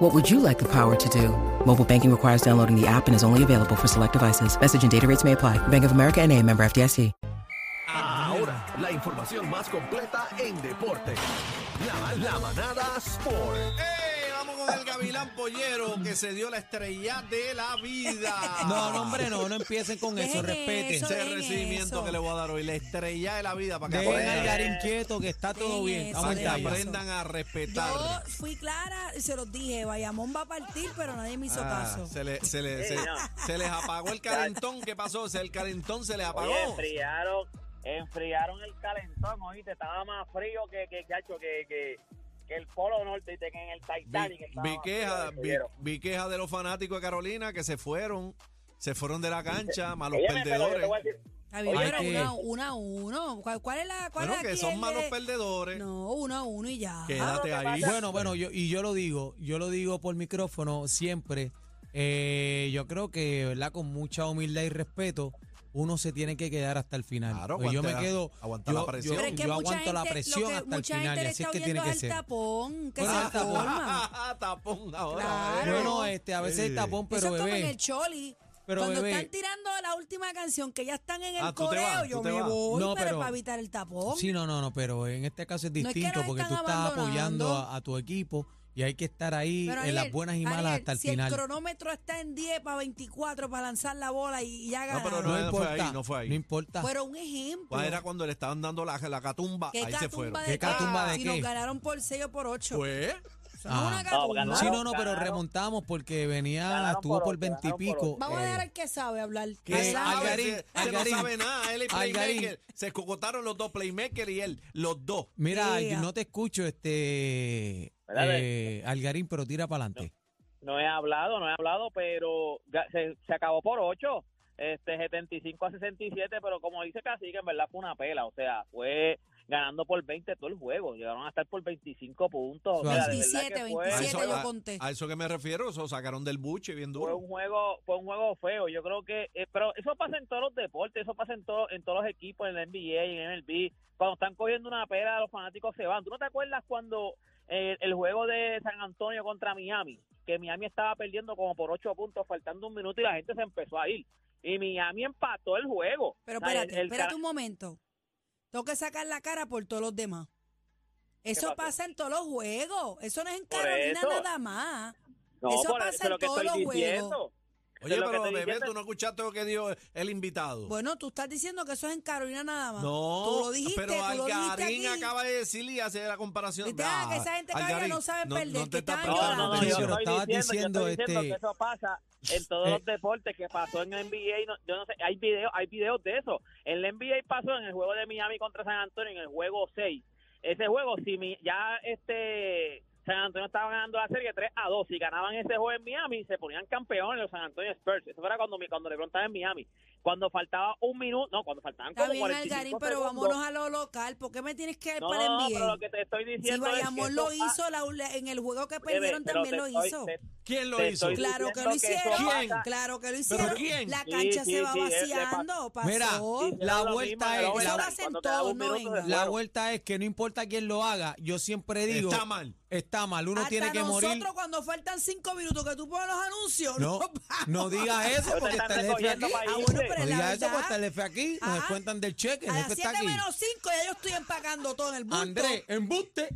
What would you like the power to do? Mobile banking requires downloading the app and is only available for select devices. Message and data rates may apply. Bank of America and a member FDIC. Ahora, la información más completa en deporte. La, la manada Sport. ¡Ey! Vamos con el Gavilán Pollero que se dio la estrella de la vida. No, no, hombre, no, no empiecen con eso, Ah. Dejen respeten. eso, Ese dejen recibimiento eso. que le voy a dar hoy, la estrella de la vida para que Dejen al aprendan, gar inquieto, que está todo Dejen bien. eso, Vamos para que dejen allá. eso. aprendan a respetar. Yo fui clara, se los dije, Bayamón va a partir, pero nadie me hizo Ah, caso. se, le- se le- se- Sí, no. se les apagó el calentón. ¿Qué pasó? Se- El calentón se les apagó. Oye, enfriaron, enfriaron el calentón, oíste, estaba más frío que, que, que, hacho, que, que, que el Polo Norte, que en el vi, Titanic. estaba vi más frío queja, del vi, cogieron. vi queja de los fanáticos de Carolina que se fueron. Se fueron de la cancha, malos Óyeme, pero yo te perdedores. voy a decir, Javier, Oye, pero ¿qué? uno a uno. a uno. ¿Cuál, cuál es la cuál Bueno, es que aquí son el malos de- perdedores. No, uno a uno y ya. Quédate Ah, lo que ahí. pasa- Bueno, bueno, yo, y yo lo digo, yo lo digo por micrófono siempre. Eh, yo creo que, ¿verdad? Con mucha humildad y respeto, uno se tiene que quedar hasta el final. Claro, Pues yo me aguantar- quedo. aguantar yo, la presión. yo- pero es que yo mucha aguanto la gente- presión lo que hasta el mucha final, gente y le así es está que tiene oyendo que al ser. tapón, que Bueno, ah, se forma. Tapón ahora. eh. Claro. Bueno, este, a veces el tapón, Eso pero es como en bebé. el Choli. Pero, Cuando bebé. están tirando la última canción, que ya están en el Ah, tú te coreo, vas, tú yo te me vas. voy, No, pero, pero- para evitar el tapón. Sí, no, no, no, pero en este caso es es que distinto nos porque tú están estás apoyando a, abandonando. a tu equipo y hay que estar ahí Pero, en las Ariel, buenas y malas Ariel, hasta el si final. el cronómetro está en 10 para 24 para lanzar la bola y y ya No, pero ganaron. no No fue importa, ahí, no fue ahí. importa. Fueron un ejemplo. Ah, Era cuando le estaban dando la, la catumba. ¿Qué Ahí se fueron. catumba de ¿Qué catumba de Si qué? nos ganaron por 6 o por 8. Pues, Ah. una No, catumba. ganaron. Sí, no, no, pero Ganaron. remontamos porque venía, Ganaron estuvo por por ocho, ganaron 20 y por pico. ocho. Vamos a eh, dejar al que sabe hablar. ¿qué? Eh, Hazla. Algarín, Ese- ese no Algarín. sabe nada. Él y Algarín. Playmaker. Se cocotaron los dos, Playmaker y él. Los dos. Mira, Ea. no te escucho, este Espérate. eh, Algarín, pero tira para adelante. No he hablado, no he hablado, pero ga- se, se acabó por 8, este 75 a 67, pero como dice Cacique, en verdad fue una pela, o sea, fue ganando por 20 todo el juego, llegaron a estar por 25 puntos. O sea, de verdad 27, que fue- 27 Eso- ah, yo conté. A eso que me refiero, eso sacaron del buche bien fue duro. un juego fue un juego feo yo creo que eh, pero eso pasa en todos los deportes eso pasa en todos en todos los equipos en la NBA en el MLB cuando están cogiendo una pera los fanáticos se van tú no te acuerdas cuando eh, el juego de San Antonio contra Miami que Miami estaba perdiendo como por ocho puntos faltando un minuto y la gente se empezó a ir y Miami empató el juego Pero O sea, espérate, el- el espérate un momento. Tengo que sacar la cara por todos los demás. Eso pasó? pasa en todos los juegos. Eso no es en Por Carolina eso. nada más. No, eso por pasa eso es en lo que todos estoy los diciendo. juegos. Oye, lo que pero te bebé, dije- tú no escuchaste lo que dio el invitado. Bueno, tú estás diciendo que eso es en Carolina nada más. no, tú lo dijiste, pero tú lo dijiste Algarín aquí. acaba de decir y hace la comparación. Viste, ah, que esa gente calla, Algarín, no sabe perder, te que estás están preparando. No, no, no, Sí, yo pero estoy estabas diciendo, yo diciendo, estoy diciendo que este, eso pasa en todos eh, los deportes que pasó en la NBA. y no- yo no sé, hay videos, hay videos de eso. En la NBA pasó en el juego de Miami contra San Antonio, en el juego 6. Ese juego, si mi- ya este San Antonio estaba ganando la serie 3 a 2, si ganaban ese juego en Miami, se ponían campeones los San Antonio Spurs. Eso era cuando, mi- cuando LeBron estaba en Miami. Cuando faltaba un minuto, no, cuando faltaban Está como bien, 45 Algarín, pero segundos. vámonos a lo local. ¿Por qué me tienes que ir no, para el no, no, NBA? pero lo que te estoy si diciendo es que Bayamón lo eso hizo pasa- la ul- en el juego que Bebe, perdieron, pero también te lo estoy- hizo. te- ¿Quién lo Te hizo? estoy- Claro que diciendo lo que eso hicieron. pasa. Claro que lo hicieron. quién? La Sí, cancha sí, se va sí, es- es vaciando. Pasó. Mira, Sí, La era lo vuelta mismo, es- era lo eso lo mismo. hacen Cuando te da todos, un no minuto se venga. La fueron. vuelta es que no importa quién lo haga, yo siempre digo, Está mal. está mal, uno Hasta tiene que nosotros morir. cuando faltan cinco minutos que tú pones los anuncios. No, no digas eso Pero te porque están está el jefe recogiendo aquí. para Ah, irse. bueno, pero No la digas eso verdad- porque está el jefe aquí, nos Ajá. descuentan del cheque, el A jefe las está 7 aquí. menos 5 ya yo estoy empacando todo en el bulto. Andrés, embuste.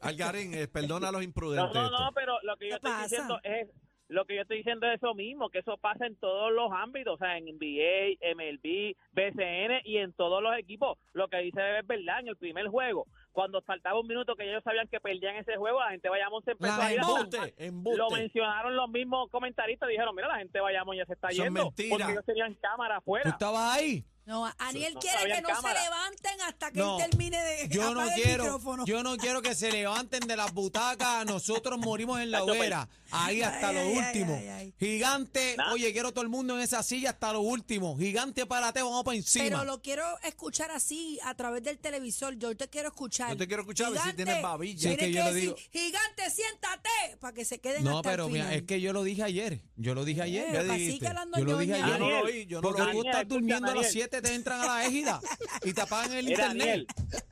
Algarín, eh, perdona a los imprudentes. No, no, esto. no, pero lo que yo ¿Qué estoy pasa? diciendo es lo que yo estoy diciendo es eso mismo, que eso pasa en todos los ámbitos, o sea, en NBA, MLB, BCN y en todos los equipos. Lo que dice Bebe es verdad, en el primer juego, cuando faltaba un minuto que ellos sabían que perdían ese juego, la gente de Bayamón se Pues, empezó La a ir a embuste, Bayamón. embuste. Lo mencionaron los mismos comentaristas, dijeron, mira, la gente de Bayamón ya se está Eso es yendo, mentira. porque ellos tenían cámara Tú afuera. estabas ahí. No, Aniel No, quiere había que no cámara. se levanten hasta que No, él termine de Yo no apague el quiero, micrófono. yo no quiero que se levanten de las butacas. Nosotros morimos en la Tacho, hoguera. Ahí hasta pues. Ay, lo ay, ay, último. ay, ay. Gigante, Nah. oye, quiero todo el mundo en esa silla hasta lo último. Gigante para te vamos para encima. Pero lo quiero escuchar así, a través del televisor. Yo te quiero escuchar. Yo te quiero escuchar, a ver si Gigante, tienes babilla. Sí, es que tienes yo que lo digo. decir, gigante, siéntate, para que se queden no, hasta el pero mira, final. es que yo lo dije ayer. Yo lo dije ayer. Eh, ¿qué cacique dijiste? hablando Yo lo dije Yo ñoña. no ayer. lo Daniel, oí, yo no Porque lo tú oí. Daniel, estás escucha, durmiendo a las Daniel. 7, te entran a la égida y te apagan el Mira, internet. Daniel.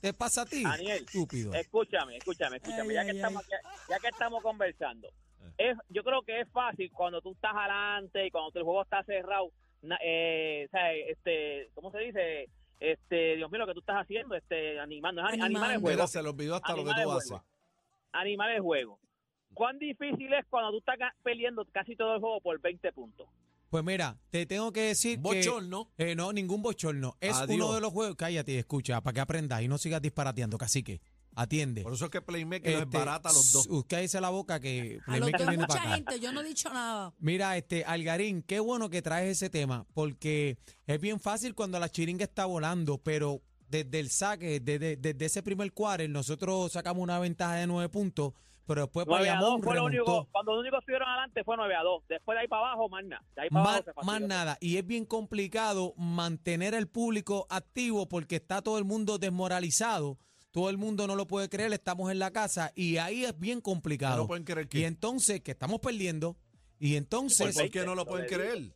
¿Te pasa a ti? Daniel, Estúpido. escúchame, escúchame, escúchame. Ay, ya, ay, que ay. Estamos, ya, ya que estamos conversando, Eh. es, yo creo que es fácil cuando tú estás adelante y cuando el juego está cerrado. na- eh, o sea, este, ¿cómo se dice? Este, Dios mío, lo que tú estás haciendo, este, animando, es ani- animar el Animando. juego. Mira, se le olvidó hasta lo que Animal tú de haces. juego. Animar el juego. ¿Cuán difícil es cuando tú estás ca- perdiendo casi todo el juego por 20 puntos? Pues mira, te tengo que decir que... Bochorno. Eh, no, ningún bochorno. Es Adiós. uno de los juegos... Cállate, escucha, para que aprendas y no sigas disparateando, cacique. Atiende. Por eso es que Playmaker es Este, barata a los dos. s- cállese la boca que... A los Playmaker dos, viene para mucha acá. gente, yo no he dicho nada. Mira, este, Algarín, qué bueno que traes ese tema, porque es bien fácil cuando la chiringa está volando, pero desde el saque, desde, desde ese primer quarter, nosotros sacamos una ventaja de nueve puntos, pero después 9 a 2 Bayamón fue lo único. remontó. Cuando los únicos estuvieron adelante fue 9 a 2. Después de ahí para abajo, más nada. De ahí para Más, abajo se fastidió. más nada, pues. y es bien complicado mantener al público activo porque está todo el mundo desmoralizado, todo el mundo no lo puede creer, estamos en la casa y ahí es bien No complicado. lo pueden creer que. Y entonces, que estamos perdiendo, y ¿Por entonces... Pues, qué no lo pueden creer?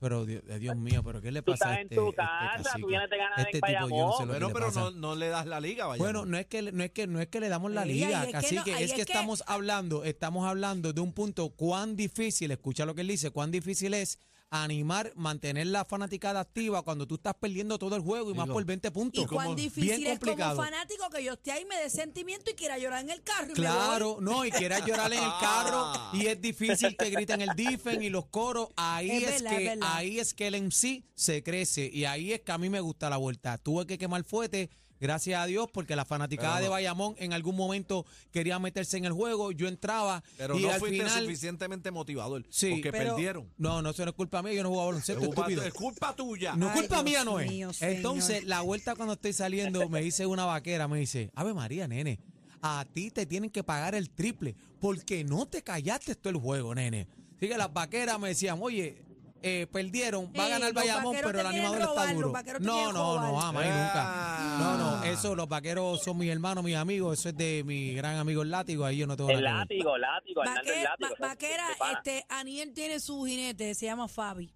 Pero Dios, eh, Dios mío, pero ¿qué le Tú pasa estás a en este, tu este casa, tú cacique? vienes de ganar Este en tipo yo no sé lo que Bayamón. Bueno, le pero pasa. no, no le das la liga, vaya. Bueno, no es que le- no es que no es que le damos la Ey, liga, ay, es que cacique, es que, no, ay, es que- estamos hablando, estamos hablando de un punto cuán difícil, escucha lo que él dice, cuán difícil es animar, mantener la fanaticada activa cuando tú estás perdiendo todo el juego y más Digo, por 20 puntos. Y cuán Bien difícil es como complicado. fanático que yo esté ahí, me dé sentimiento y quiera llorar en el carro. y me voy. Claro, no, y quieras llorar en el carro y es difícil que griten el difen y los coros. Ahí es, Es verdad, que es verdad. ahí es que el MC se crece y ahí es que a mí me gusta la vuelta. Tuve que quemar fuerte, gracias a Dios, porque la fanaticada Pero de no. Bayamón en algún momento quería meterse en el juego, yo entraba Pero y no al fuiste final suficientemente motivador. Sí, porque pero- perdieron. no, no, eso no es culpa mía, yo no jugaba Es baloncesto, culpa, estúpido. es culpa tuya. No Ay, culpa Dios mía, no es. mío, señor. Entonces, la vuelta cuando estoy saliendo, me dice una vaquera, me dice, Ave María, nene, a ti te tienen que pagar el triple porque no te callaste todo el juego, nene. Así que las vaqueras me decían, oye, eh, perdieron, va a Sí, ganar el los Bayamón, vaqueros pero el te quieren animador robar, está los duro. vaqueros te No, quieren no, no, robar. jamás y nunca. Ah. No, no, eso, los vaqueros son mis hermanos, mis amigos, eso es de mi gran amigo el látigo, ahí yo no tengo El nada que ver. látigo, látigo, Arnaldo, Vaque- el Pues látigo. va- o sea, vaquera, de pana. este, Aniel tiene su jinete, se llama Fabi.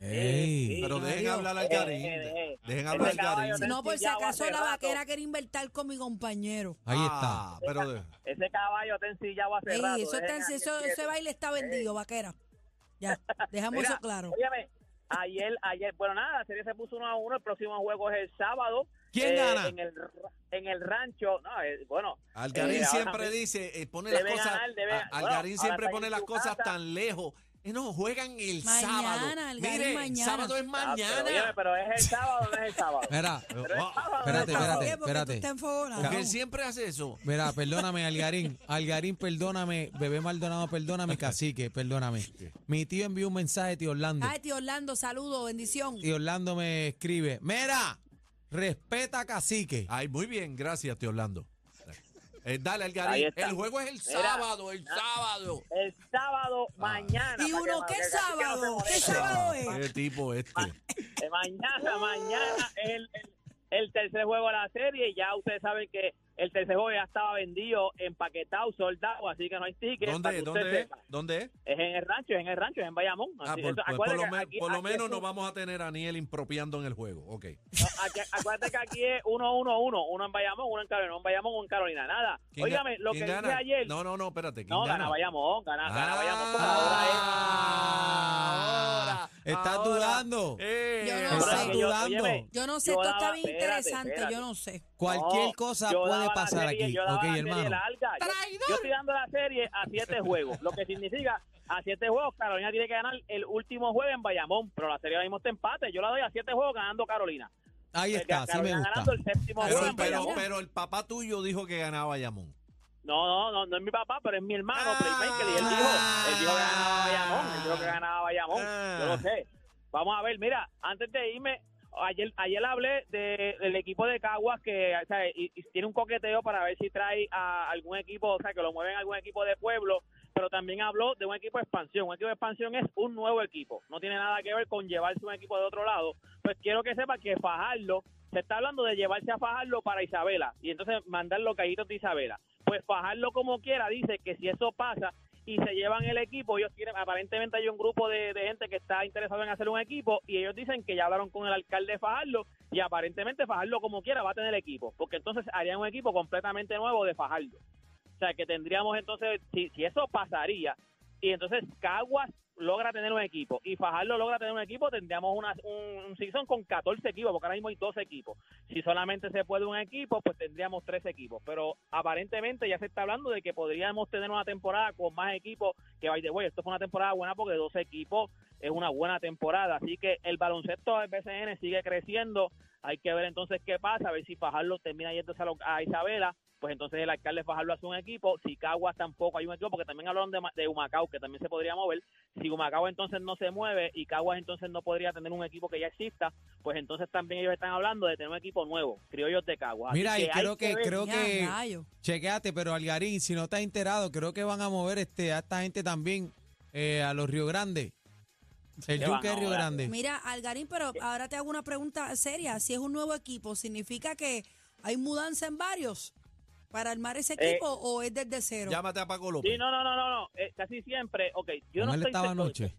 Ey. Sí, Pero no, dejen digo, hablar al eh, Garín. eh, eh. Dejen Ese hablar al caballo Garín. Si no, por si Sillao acaso hace la rato. vaquera quería inventar con mi compañero. Ahí Ah, pero de- Ese caballo está ensillado hace Ey, rato. eso está- dejen a eso- alguien ese quieto. Eh. baile está vendido, vaquera. Ya, dejamos Mira, eso claro. Óyeme, ayer, ayer, bueno, nada, la serie se puso 1 a 1. El próximo juego es el sábado. ¿Quién eh, gana? En el, ra- en el rancho. No, eh, bueno. Algarín eh, ahora siempre mismo- dice, eh, pone las Debe cosas. ganar, debe a- ganar. Bueno, Algarín ahora siempre está pone en las su cosas casa. tan lejos. Eh, no, juegan el Mañana, sábado. Algarín, Mire, mañana. sábado es Ah, Pero, óyeme, mañana. ah, pero es el sábado, no es el sábado. está. Mira, Pero es sábado, espérate, no es sábado. espérate. ¿Por qué? Porque tú estás enfogonado. Porque él siempre hace eso. Mira, perdóname, Algarín. Algarín, perdóname. Bebé Maldonado, perdóname. Cacique, perdóname. Mi tío envió un mensaje, tío Orlando. Ay, tío Orlando, saludo, bendición. Tío Orlando me escribe: Mira, respeta a Cacique. Ay, muy bien, gracias, tío Orlando. Eh, dale, Ahí Algarín. está. El juego es el Mira. sábado, el sábado. El sábado, mañana. Ah. Y para uno, que- ¿qué para que- así que no se sábado? ¿Qué moleste. sábado es? Qué tipo este. Eh, mañana, mañana es el, el- el tercer juego de la serie. y Ya ustedes saben que el tercer juego ya estaba vendido, empaquetado, soldado, así que no hay ticket. para ¿Dónde, que es? usted dónde, es? sepa. ¿Dónde es? Es en el rancho, es en el rancho, es en Bayamón. Ah, Así- por, eso- pues, acuérdate por lo, que men- aquí- por lo aquí menos es no un- vamos a tener a Aniel impropiando en el juego. Ok. no, aquí- acuérdate que aquí es 1-1-1, uno en Bayamón, uno en Carolina, un Bayamón, uno en Carolina. Nada. ¿Quién ga- Óigame, lo que quién dije gana? ayer. No, No, no, no, espérate. ¿quién gana? Bayamón, gana, gana Bayamón. Por ahora Ah, ahora es. Estás dudando. Eh, Yo no es. Estás sé. Porque yo- dudando. óyeme, Yo no sé, yo esto está daba- bien espérate, interesante, espérate. yo no sé. Cualquier No, cosa yo puede daba la pasar serie, aquí. yo daba Ok, la serie hermano. larga. Yo- Yo estoy dando la serie a siete juegos, lo que significa a siete juegos Carolina tiene que ganar el último juego en Bayamón, pero la serie ahora mismo está empate. Yo la doy a siete juegos ganando Carolina. Ahí está, Eh, sí me Carolina gusta. ganando el séptimo Así juego Pero, en pero, Bayamón. pero el papá tuyo dijo que ganaba Yamón. No, no, no, no es mi papá, pero es mi hermano, Ah. Playmaker, y él dijo, él dijo que ganaba Bayamón, él dijo que ganaba Bayamón, Ah. yo lo sé. Vamos a ver, mira, antes de irme, ayer, ayer hablé de- del equipo de Caguas que o sea, y- y tiene un coqueteo para ver si trae a algún equipo, o sea, que lo mueven a algún equipo de pueblo, pero también habló de un equipo de expansión. Un equipo de expansión es un nuevo equipo, no tiene nada que ver con llevarse un equipo de otro lado. Pues quiero que sepa que Fajardo, se está hablando de llevarse a Fajardo para Isabela y entonces mandar los gallitos de Isabela. Pues Fajardo como quiera dice que si eso pasa, y se llevan el equipo. Ellos tienen, aparentemente hay un grupo de, de gente que está interesado en hacer un equipo y ellos dicen que ya hablaron con el alcalde Fajardo y aparentemente Fajardo como quiera va a tener equipo, porque entonces harían un equipo completamente nuevo de Fajardo. O sea, que tendríamos entonces, si, si eso pasaría, y entonces Caguas logra tener un equipo y Fajardo logra tener un equipo, tendríamos una, un, un season con 14 equipos, porque ahora mismo hay 12 equipos. Si solamente se puede un equipo, pues tendríamos 13 equipos. Pero aparentemente ya se está hablando de que podríamos tener una temporada con más equipos que by the way. Esto fue una temporada buena porque 12 equipos es una buena temporada. Así que el baloncesto del BCN sigue creciendo. Hay que ver entonces qué pasa, a ver si Fajardo termina yéndose a, lo- a Isabela, pues entonces el alcalde Fajardo hace un equipo, si Caguas tampoco hay un equipo, porque también hablaron de, Ma- de Humacao, que también se podría mover, si Humacao entonces no se mueve y Caguas entonces no podría tener un equipo que ya exista, pues entonces también ellos están hablando de tener un equipo nuevo, criollos de Caguas. Así Mira, y hay creo que, ver. creo Ya, que rayo. chequeate, pero Algarín, si no estás enterado, creo que van a mover este a esta gente también eh, a los Río Grande. El Que van Yuque de a Río mover. Grande. Mira, Algarín, pero ahora te hago una pregunta seria. Si es un nuevo equipo, ¿significa que hay mudanza en varios para armar ese Eh, equipo o es desde cero? Llámate a Paco López. Sí, no, no, no, no, no. eh, casi siempre, ok, yo Como no él estoy estaba seguro. anoche.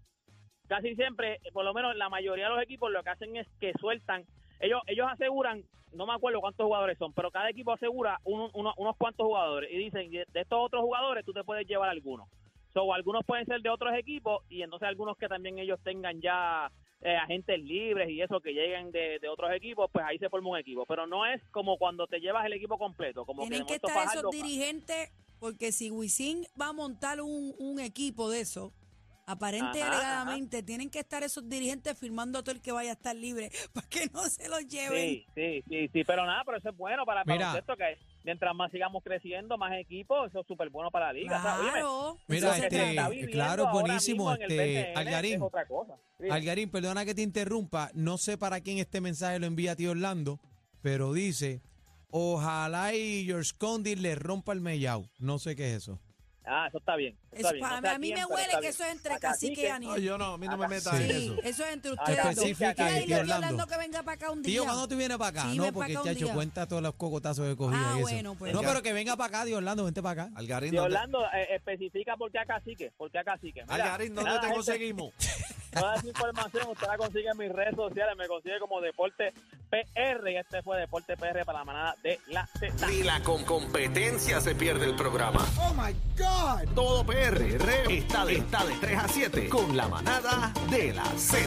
casi siempre, eh, por lo menos la mayoría de los equipos lo que hacen es que sueltan, ellos, ellos aseguran, no me acuerdo cuántos jugadores son, pero cada equipo asegura un- uno- unos cuantos jugadores y dicen, de de estos otros jugadores tú te puedes llevar algunos. So, algunos pueden ser de otros equipos y entonces algunos que también ellos tengan ya eh, agentes libres y eso que lleguen de, de otros equipos, pues ahí se forma un equipo. Pero no es como cuando te llevas el equipo completo. Como Tienen que que, de momento estar Fajardo- esos dirigentes, porque si Wisin va a montar un, un equipo de eso, aparente y Ajá, alegadamente, tienen que estar esos dirigentes firmando todo el que vaya a estar libre para que no se los lleven. Sí, sí, sí, sí, pero nada, pero eso es bueno para el Mira. baloncesto que mientras más sigamos creciendo, más equipos, eso es súper bueno para la liga. O sea, óyeme, Claro. Mira, eso se lo que se este, trata. está viviendo claro, ahora buenísimo, mismo en el este, BCN Algarín. Es otra cosa. Sí. Algarín, perdona que te interrumpa. No sé para quién este mensaje lo envía a ti Orlando, pero dice: Ojalá y George Condi le rompa el mellao. No sé qué es eso. Ah, eso está bien. eso está Eso bien, no pa- está a mí bien, me pero huele está que bien. eso es entre A cacique y No, Aniel. yo no, a mí no me metas Sí. en Sí, eso. eso es entre Acá ustedes dos. sí, acá Mira, y sí, le estoy Orlando. hablando que venga para acá un día. Tío, cuando tú vienes para acá? Sí, no, ven pa' porque acá un Chacho día. cuenta todos los cocotazos que cogía Ah, y eso. bueno, pues. no, Venga. pero que venga para acá, Dios Orlando, vente para acá. Algarín, Y ¿dónde, Orlando eh, especifica por qué a cacique, por qué a cacique. Mira, Algarín, ¿dónde nada, te gente, conseguimos? Toda esa información usted la consigue en mis redes sociales, me consigue como Deporte PR y este fue Deporte PR para la manada de la Z. Ni la con competencia se pierde el programa. Oh my God. Todo PR está de, está de 3 a 7 con la manada de la Z.